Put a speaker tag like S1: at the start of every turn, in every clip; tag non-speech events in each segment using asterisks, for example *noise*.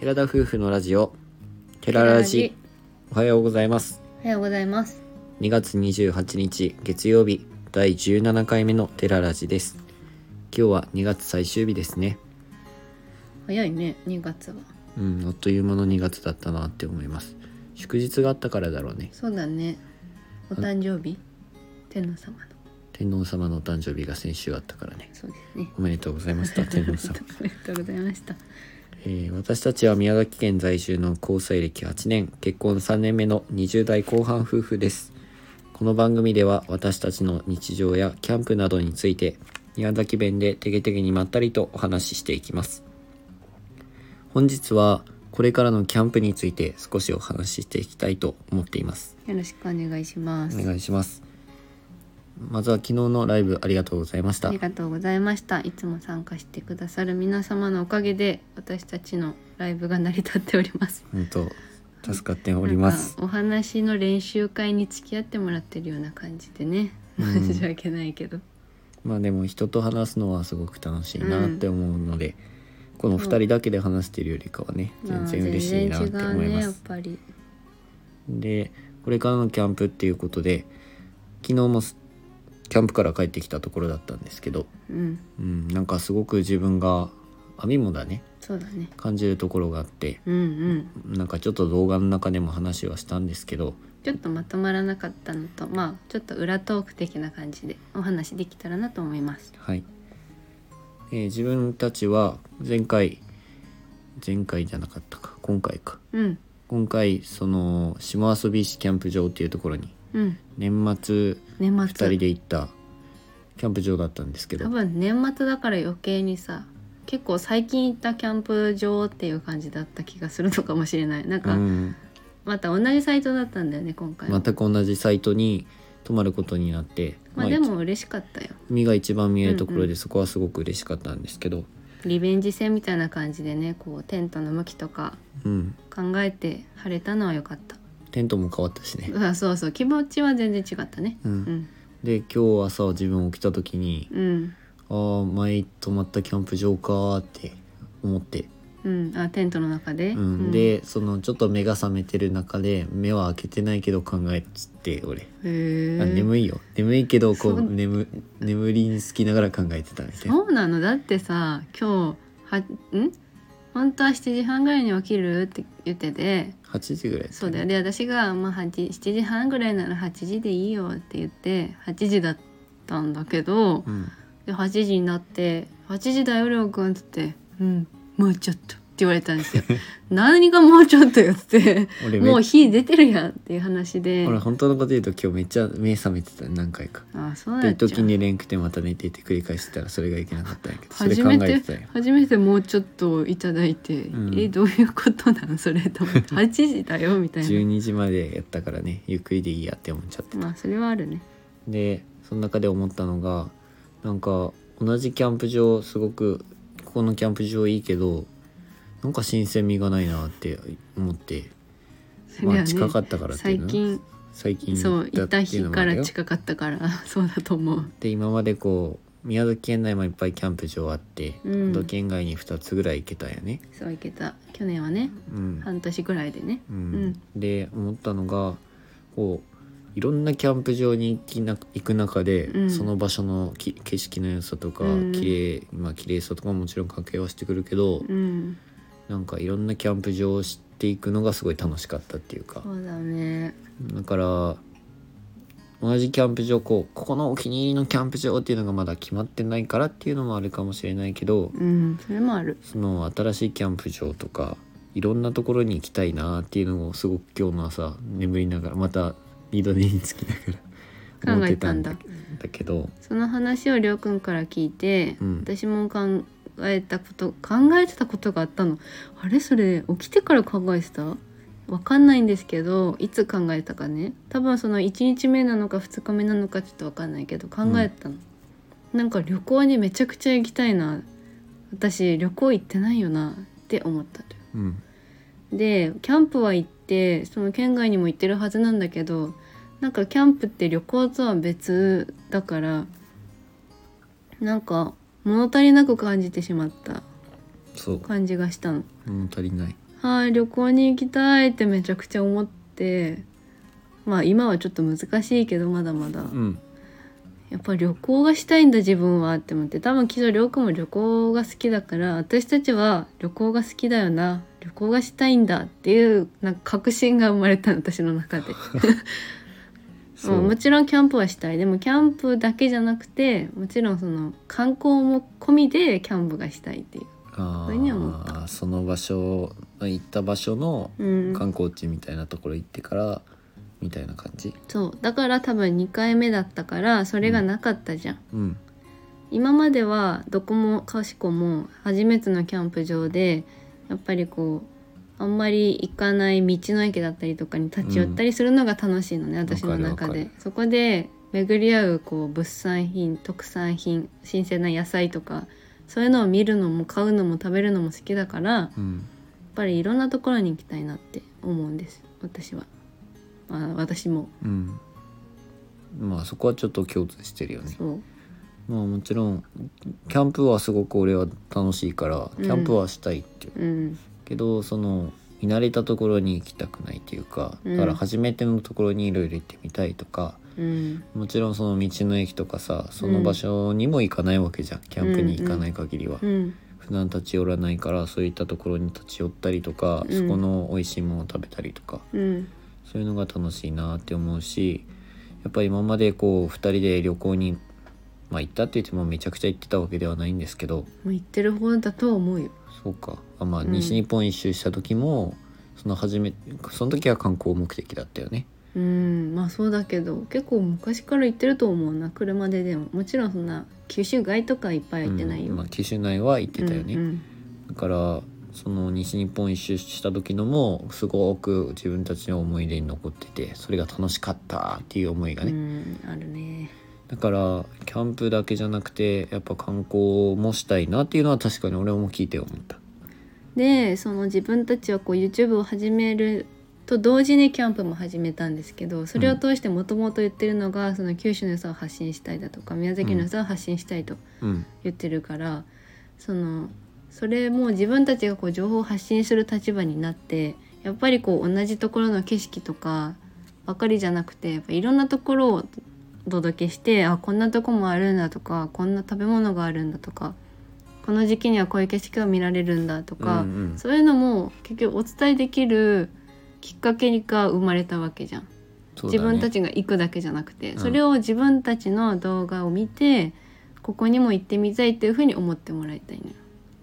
S1: 寺田夫婦のラジオ寺ラジおはようございます
S2: おはようございます
S1: 2月28日月曜日第17回目の寺ラジです今日は2月最終日ですね
S2: 早いね2月は
S1: うんあっという間の2月だったなって思います祝日があったからだろうね
S2: そうだねお誕生日天皇様の
S1: 天皇様のお誕生日が先週あったからね
S2: そうですね
S1: おめでとうございました天皇様
S2: ありがとうございました
S1: えー私たちは宮崎県在住の交際歴8年結婚3年目の20代後半夫婦ですこの番組では私たちの日常やキャンプなどについて宮崎弁でてげてげにまったりとお話ししていきます本日はこれからのキャンプについて少しお話ししていきたいと思っています
S2: よろしくお願いします
S1: お願いしますまずは昨日のライブありがとうございまし
S2: あ
S1: た
S2: りがとうございましたいつも参加してくださる皆様のおかげで私たちのライブが成り立っております
S1: 本当助かっております
S2: なんかお話の練習会に付き合ってもらってるような感じでね
S1: うん
S2: 申し訳ないけど、
S1: まあでも人と話すのはすごく楽しいなって思うので、この2人だけで話してるよりかはね
S2: まあ
S1: 全然嬉しいなって
S2: 全
S1: 思い
S2: 然違う
S1: ま
S2: ねやっ
S1: す。
S2: ぱり
S1: でこれからのキャンプっていうことで昨日もすキャンプから帰ってきたところだったんですけど、
S2: うん
S1: うん、なんかすごく自分が網もだね
S2: そうだね
S1: 感じるところがあって
S2: うんうん
S1: なんかちょっと動画の中でも話はしたんですけど
S2: ちょっとまとまらなかったのとまあちょっと裏トーク的な感じでお話できたらなと思います
S1: はい、えー自分たちは前回前回じゃなかったか今回か
S2: うん
S1: 今回その島遊び市キャンプ場っていうところに
S2: うん
S1: 年末
S2: 年
S1: 2
S2: 末
S1: 人で行ったキャンプ場だったんですけど
S2: 多分年末だから余計にさ結構最近行ったキャンプ場っていう感じだった気がするのかもしれないなん
S1: う
S2: か
S1: ん、
S2: また同じサイトだったんだよね今回は、
S1: 全く同じサイトに泊まることになって、
S2: まあでも嬉しかったよ
S1: 海が一番見えるところ
S2: うん
S1: でそこはすごく嬉しかったんですけど、
S2: リベンジ戦みたいな感じでねこうテントの向きとか
S1: うん、
S2: 考えて晴れたのは良かった
S1: テントも変わったしね。
S2: うわそうそう気持ちは全然違ったね
S1: うん
S2: うん
S1: で今日朝自分起きた時に
S2: うん
S1: ああ前泊まったキャンプ場かーって思って、
S2: うん、あテントの中で、
S1: うん、でそのちょっと目が覚めてる中で目は開けてないけど考えつって俺。
S2: へえ
S1: あ眠いよ眠いけどこ
S2: そう
S1: う眠眠りにつきながら考えてたみたいな
S2: そうなのだってさ今日はん本当は7時半ぐらいに起きるって言ってて
S1: 8時ぐらい
S2: そうだよで私が、まあ、8 7時半ぐらいなら8時でいいよって言って8時だったんだけど
S1: うん
S2: で8時になって「8時だよレオくん」っつって「うんもうちょっと」って言われた
S1: *laughs*
S2: んですよ。何がもうちょっとよって
S1: 俺め
S2: もう火出てるやんっていう話で。
S1: 俺本当のこと言うと今日めっちゃ目覚めてた何回か
S2: あそうだ
S1: で
S2: っちゃう
S1: 時に連くてまた寝てて繰り返してたらそれがいけなかったんやけどそれ
S2: 初
S1: 考
S2: め
S1: えて
S2: て
S1: たよ
S2: 初めてもうちょっといただいて、
S1: うん
S2: えどういうことなん *laughs* それと思って8時だよみたいな
S1: 12時までやったからねゆっくりでいいやって思っちゃって
S2: まあそれはあるね
S1: でその中で思ったのがなんか同じキャンプ場すごくここのキャンプ場いいけどなんか新鮮味がないなって思って、
S2: それは
S1: ま
S2: ね、
S1: あ近かったからっていう
S2: 最
S1: の
S2: 近
S1: 最近
S2: そう
S1: 行
S2: 行
S1: っ
S2: ったた
S1: っていう
S2: 日
S1: のもあ
S2: か
S1: るよ
S2: ら近かったからそうだと思う
S1: で今までこう宮崎県内もいっぱいキャンプ場あって、
S2: うん
S1: あと県外に2つぐらい行けたよね。
S2: そう行けた去年はね
S1: うん
S2: 半年ぐらいでね
S1: うん
S2: うん
S1: で思ったのがこういろんなキャンプ場に行きな行く中で、
S2: うん
S1: その場所のき景色の良さとか、
S2: うん
S1: 綺麗まあ綺麗さとかももちろん関係はしてくるけど、
S2: うん
S1: なんかいろんなキャンプ場を知っていくのがすごい楽しかったっていうか
S2: そうだね
S1: だから同じキャンプ場こうここのお気に入りのキャンプ場っていうのがまだ決まってないからっていうのもあるかもしれないけど
S2: うんそれもある
S1: その新しいキャンプ場とかいろんなところに行きたいなっていうのをすごく今日の朝眠りながらまた二度寝につきながら
S2: *laughs* 考えたんだ
S1: 思ってだけど
S2: その話をりょうくんから聞いて、
S1: うん
S2: 私も考えたこと考えてたことがあったのあれそれ起きてから考えてたわかんないんですけどいつ考えたかね多分その1日目なのか2日目なのかちょっとわかんないけど考えたの、なんか旅行にめちゃくちゃ行きたいな私旅行行ってないよなって思ったのよ
S1: うん
S2: でキャンプは行ってその県外にも行ってるはずなんだけどなんかキャンプって旅行とは別だからなんか物足りなく感じてしまった
S1: そう
S2: 感じがしたの。
S1: 物足りない
S2: はい旅行に行きたいってめちゃくちゃ思ってまあ今はちょっと難しいけどまだまだ
S1: うん
S2: やっぱ旅行がしたいんだ自分はって思って多分きっとりょうくんも旅行が好きだから私たちは旅行が好きだよな旅行がしたいんだっていうなんか確信が生まれたの私の中で
S1: そう、
S2: うんもちろんキャンプはしたいでもキャンプだけじゃなくてもちろんその観光も込みでキャンプがしたいっていう、
S1: あ
S2: そういうふうに思った
S1: あその場所行った場所の
S2: うん、
S1: 観光地みたいなところ行ってからみたいな感じ
S2: そうだから多分2回目だったからそれがなかったじゃん、
S1: うん
S2: 今まではどこもかしこも初めてのキャンプ場でやっぱりこうあんまり行かない道の駅だったりとかに立ち寄ったりするのが楽しいのね、私の
S1: わか
S2: 中
S1: るわ
S2: で
S1: か
S2: そこで巡り合うこう物産品特産品新鮮な野菜とかそういうのを見るのも買うのも食べるのも好きだからやっ
S1: うん
S2: ぱりいろんなところに行きたいなって思うんです私は、まあ、私も
S1: うんまあそこはちょっと共通してるよね
S2: そう
S1: まあもちろんキャンプはすごく俺は楽しいから
S2: う
S1: キ
S2: ん
S1: ャンプはしたいっていう、
S2: うん
S1: けどその見慣れたところに行きたくないっていうか
S2: うん
S1: だから初めてのところにいろいろ行ってみたいとか、
S2: うん
S1: もちろんその道の駅とかさその場所にも行かないわけじゃん、キャンプに行かない限りは、
S2: うん
S1: 普段立ち寄らないからそういったところに立ち寄ったりとか、
S2: うん
S1: そこの美味しいものを食べたりとか
S2: うん
S1: そういうのが楽しいなって思うしやっぱり今までこう2人で旅行に、まあ、行ったって言ってもめちゃくちゃ行ってたわけではないんですけど
S2: もう行ってる方だと思うよ
S1: そうかあまあ
S2: うん
S1: 西日本一周した時も、その初めその時は観光目的だったよね。
S2: うんまあそうだけど結構昔から行ってると思うな車ででももちろんそんな九州外とかいっぱいは行ってないよ、
S1: うんまあ、九州内は行ってたよね。
S2: うんうん
S1: だからその西日本一周した時のもすごく自分たちの思い出に残っててそれが楽しかったっていう思いがね、
S2: うんあるね
S1: だからキャンプだけじゃなくてやっぱ観光もしたいなっていうのは確かに俺も聞いて思った
S2: でその自分たちはこう YouTube を始めると同時にキャンプも始めたんですけどそれを通してもともと言ってるのが、その九州の良さを発信したいだとか宮崎の良さを発信したいと
S1: うん
S2: 言ってるから、そのそれも自分たちがこう情報を発信する立場になってやっぱりこう同じところの景色とかばかりじゃなくてやっぱいろんなところをお届けしてあこんなとこもあるんだとかこんな食べ物があるんだとかこの時期にはこういう景色が見られるんだと
S1: うんう
S2: か、
S1: ん
S2: そういうのも結局お伝えできるきっかけが生まれたわけじゃん。自分た
S1: ち
S2: ちが行くだけじゃなくて、
S1: うん
S2: それを自分たちの動画を見てここにも行ってみたいっていうふうに思ってもらいたいのよ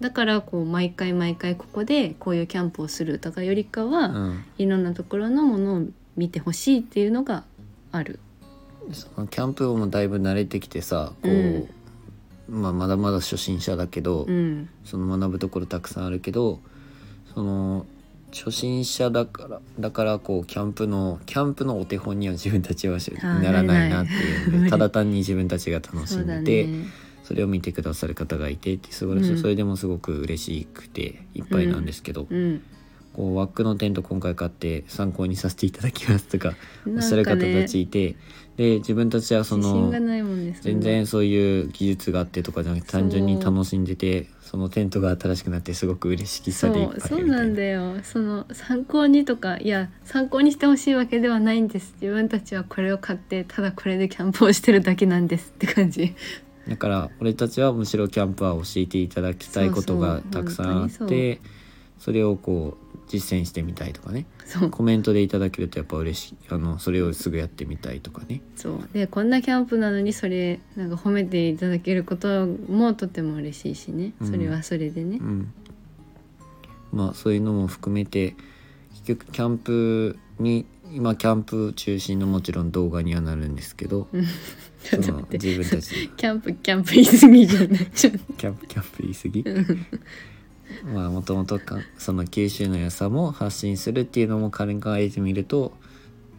S2: だからこう毎回毎回ここでこういうキャンプをするとかよりかは、
S1: うん、
S2: いろんなところのものを見てほしいっていうのがある。
S1: そのキャンプもだいぶ慣れてきてさこう、まあ、まだまだ初心者だけど、
S2: うん、
S1: その学ぶところたくさんあるけどその初心者だからだからこうキャンプのキャンプのお手本には自分たちはし
S2: あー
S1: ならないなっていう
S2: なれ
S1: の
S2: な
S1: で
S2: い
S1: ただ単に自分たちが楽し
S2: そうん
S1: で
S2: だ
S1: そ,、
S2: ね。
S1: れを見てくださる方がいてって素晴らしい、
S2: うん
S1: それでもすごく嬉しくていっぱいなんですけど、
S2: うん、
S1: こうワックのテント今回買って参考にさせていただきますとかおっしゃる
S2: な
S1: 方
S2: んかね
S1: たちいて、で自分たちはそ
S2: 自信
S1: の
S2: がないもんです
S1: 全然そういう技術があってとかじゃなくて単純に楽しんでてそのテントが新しくなってすごく嬉しき
S2: そ
S1: さでいっぱいうみたい
S2: そうなんだよその参考にとかいや参考にしてほしいわけではないんです自分たちはこれを買ってただこれでキャンプをしてるだけなんですって感じ *laughs*
S1: だから俺たちはむしろキャンプは教えていただきたいことがたくさんあって
S2: そうそう本
S1: そ
S2: 当に
S1: れをこう実践してみたいとかね
S2: そう
S1: コメントでいただけるとやっぱ嬉しいあのそれをすぐやってみたいとかね
S2: そうでこんなキャンプなのにそれなんか褒めていただけることもとても嬉しいしね
S1: うん
S2: それはそれでね
S1: う、ん、まあそういうのも含めて結局キャンプに今キャンプ中心のもちろん動画にはなるんですけど
S2: うんち
S1: そ
S2: ょっと
S1: の
S2: 待って
S1: 自分たち
S2: キャンプキャンプ言い過ぎじゃない *laughs* ちょっと
S1: キャンプキャンプ言い過ぎ
S2: うん
S1: まあもともとかその九州の良さも発信するっていうのも考えてみると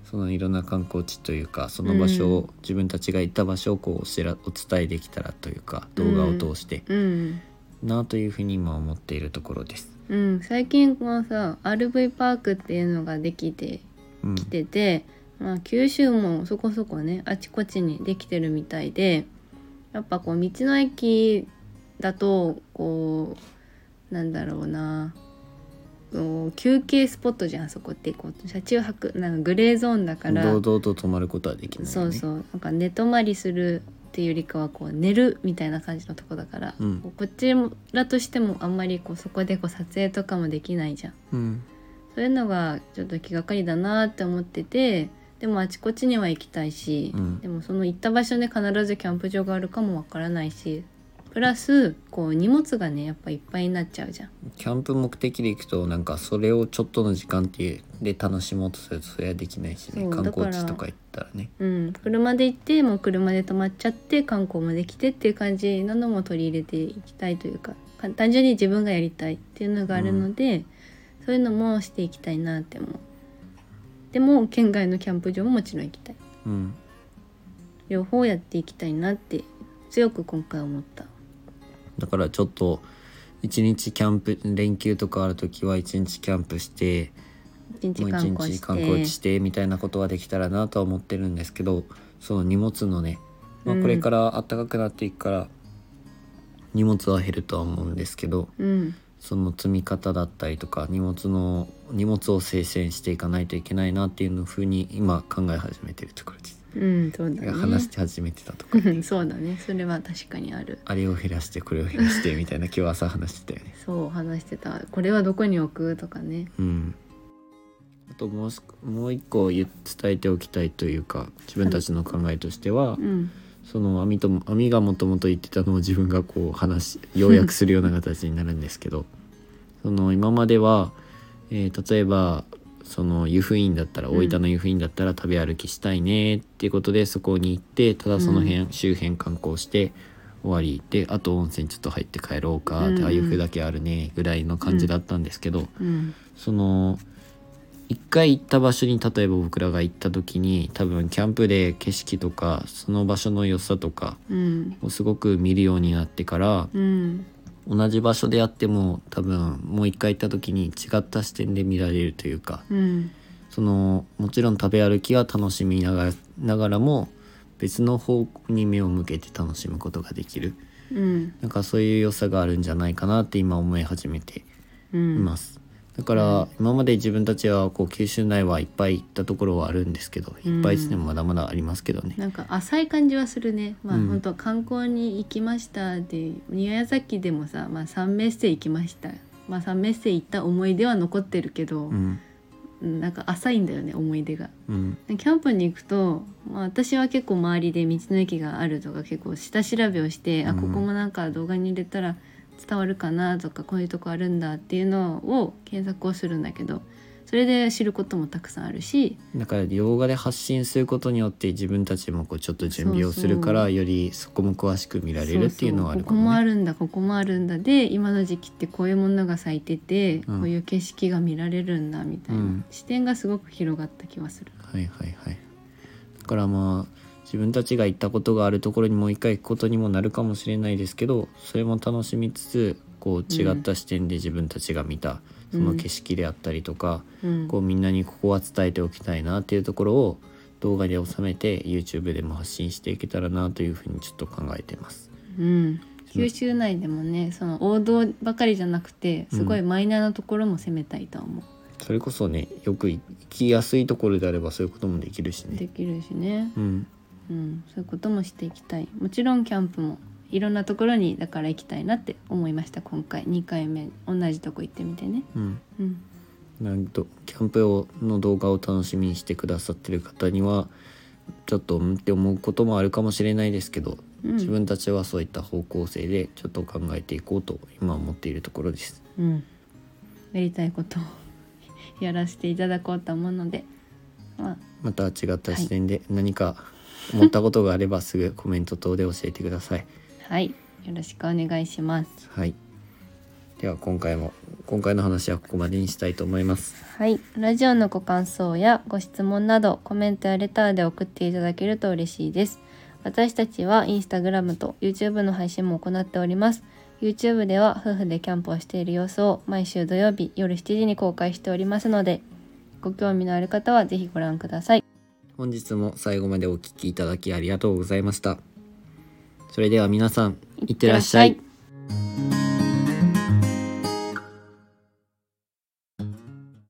S1: そのいろんな観光地というかその場所を、
S2: うん
S1: 自分たちが行った場所をこうお知らお伝えできたらというか動画を通して
S2: うん
S1: なというふうに今思っているところです。
S2: うん、最近このさ RV パークっていうのができて
S1: うん、
S2: 来てて、まあ、九州もそこそこねあちこちにできてるみたいでやっぱこう道の駅だとこうなんだろうなこう休憩スポットじゃんそこってこう車中泊なんかグレーゾーンだから
S1: 堂々と泊まることはできない、ね、
S2: そうそうなんか寝泊まりするっていうよりかはこう寝るみたいな感じのとこだから、
S1: うん
S2: こうこっちらとしてもあんまりこうそこでこう撮影とかもできないじゃん
S1: うん
S2: そういうのがちょっと気がかりだなって思っててでもあちこちには行きたいし、
S1: うん
S2: でもその行った場所で必ずキャンプ場があるかもわからないしプラスこう荷物がねやっぱいっぱいになっちゃうじゃん
S1: キャンプ目的で行くとなんかそれをちょっとの時間ってで楽しもうとするとそれはできないしね
S2: そう
S1: 観光地
S2: だから
S1: とか行ったらね
S2: うん、車で行ってもう車で泊まっちゃって観光もできてっていう感じなのも取り入れていきたいというかか単純に自分がやりたいっていうのがあるので、そういうのもしていきたいなって思うでも県外のキャンプ場ももちろん行きたい
S1: うん
S2: 両方やっていきたいなって強く今回思った
S1: だからちょっと一日キャンプ連休とかある時は一日キャンプして
S2: 一日
S1: もう一
S2: 観光
S1: 日
S2: して
S1: 観光地してみたいなことはできたらなとは思ってるんですけどその荷物のね、まあ、
S2: うん
S1: これから暖かくなっていくから荷物は減るとは思うんですけど
S2: うん
S1: その積み方だったりとか荷物の荷物を精選していかないといけないなっていうふうに今考え始めてるところです。
S2: うんそうだね
S1: 話して始めてたとこ
S2: *laughs* そうだねそれは確かにある
S1: あれを減らしてこれを減らしてみたいな今日朝話してたよね。
S2: そう話してたこれはどこに置くとかね
S1: うん、あともうすもう一個言伝えておきたいというか自分たちの考えとしては、
S2: うん
S1: その網とも網がもともと言ってたのを自分がこう話し要約するような形になるんですけど *laughs* その今までは、えー例えばその湯布院だったら
S2: うん
S1: 大分の湯布院だったら食べ歩きしたいねっていうことでそこに行ってただその辺、周辺観光して終わりであと温泉ちょっと入って帰ろうか、
S2: うんうん
S1: ああいう風だけあるねぐらいの感じだったんですけど、
S2: うん
S1: その一回行った場所に例えば僕らが行った時に多分キャンプで景色とかその場所の良さとか
S2: うん
S1: をすごく見るようになってから
S2: うん
S1: 同じ場所であっても多分もう一回行った時に違った視点で見られるというか
S2: うん
S1: そのもちろん食べ歩きは楽しみながらながらも別の方向に目を向けて楽しむことができる
S2: うん
S1: なんかそういう良さがあるんじゃないかなって今思い始めて
S2: うん
S1: います。だから今まで自分たちはこう九州内はいっぱい行ったところはあるんですけど、
S2: うん
S1: いっぱいしてもまだまだありますけどね。
S2: なんか浅い感じはするねまあ、
S1: うん
S2: 本当観光に行きましたって宮崎でもさ、まあ、三名瀬行きましたまあ三名瀬行った思い出は残ってるけど、
S1: うん、
S2: うんなんか浅いんだよね思い出が
S1: うん、
S2: キャンプに行くと、まあ、私は結構周りで道の駅があるとか結構下調べをして、あ
S1: うん
S2: ここもなんか動画に入れたら伝わるかなとかこういうとこあるんだっていうのを検索をするんだけどそれで知ることもたくさんあるし、
S1: だから動画で発信することによって自分たちもこうちょっと準備をするから
S2: そうそう
S1: よりそこも詳しく見られるっていうのはある
S2: そ
S1: か
S2: うそうここも
S1: も
S2: あ
S1: ね。
S2: るんだここもあるんだで今の時期ってこういうものが咲いてて、
S1: うん
S2: こういう景色が見られるんだみたいな、
S1: うん
S2: 視点がすごく広がった気はする。
S1: はいはいはい。だからまあ自分たちが行ったことがあるところにもう一回行くことにもなるかもしれないですけどそれも楽しみつつこう違った視点で自分たちが見た、その景色であったりとか、
S2: うん
S1: こうみんなにここは伝えておきたいなっていうところを動画で収めて YouTube でも発信していけたらなというふうにちょっと考えてます。
S2: うん、九州内でもねその王道ばかりじゃなくてすごいマイナーなところも攻めたいとは思
S1: それこそねよく行きやすいところであればそういうこともできるし
S2: う、で
S1: ね。
S2: きるしね、
S1: うん、
S2: うん、そういうこともしていきたいもちろんキャンプもいろんなところにだから行きたいなって思いました今回2回目同じとこ行ってみてね、
S1: うん
S2: うん、
S1: なんとキャンプをの動画を楽しみにしてくださってる方にはちょっとうんって思うこともあるかもしれないですけど、
S2: うん
S1: 自分たちはそういった方向性でちょっと考えていこうと今思っているところです。
S2: うん、やりたいことを *laughs* やらせていただこうと思うので、まあ、
S1: また違った視点で何か思ったことがあればすぐコメント等で教えてください。
S2: はいよろしくお願いします。
S1: はい。では今回も今回の話はここまでにしたいと思います。
S2: はい、ラジオのご感想やご質問などコメントやレターで送っていただけると嬉しいです。私たちはインスタグラムと YouTube の配信も行っております。YouTube では夫婦でキャンプをしている様子を毎週土曜日夜7時に公開しておりますので、ご興味のある方はぜひご覧ください。
S1: 本日も最後までお聞きいただきありがとうございました。それでは皆さんいってらっしゃい。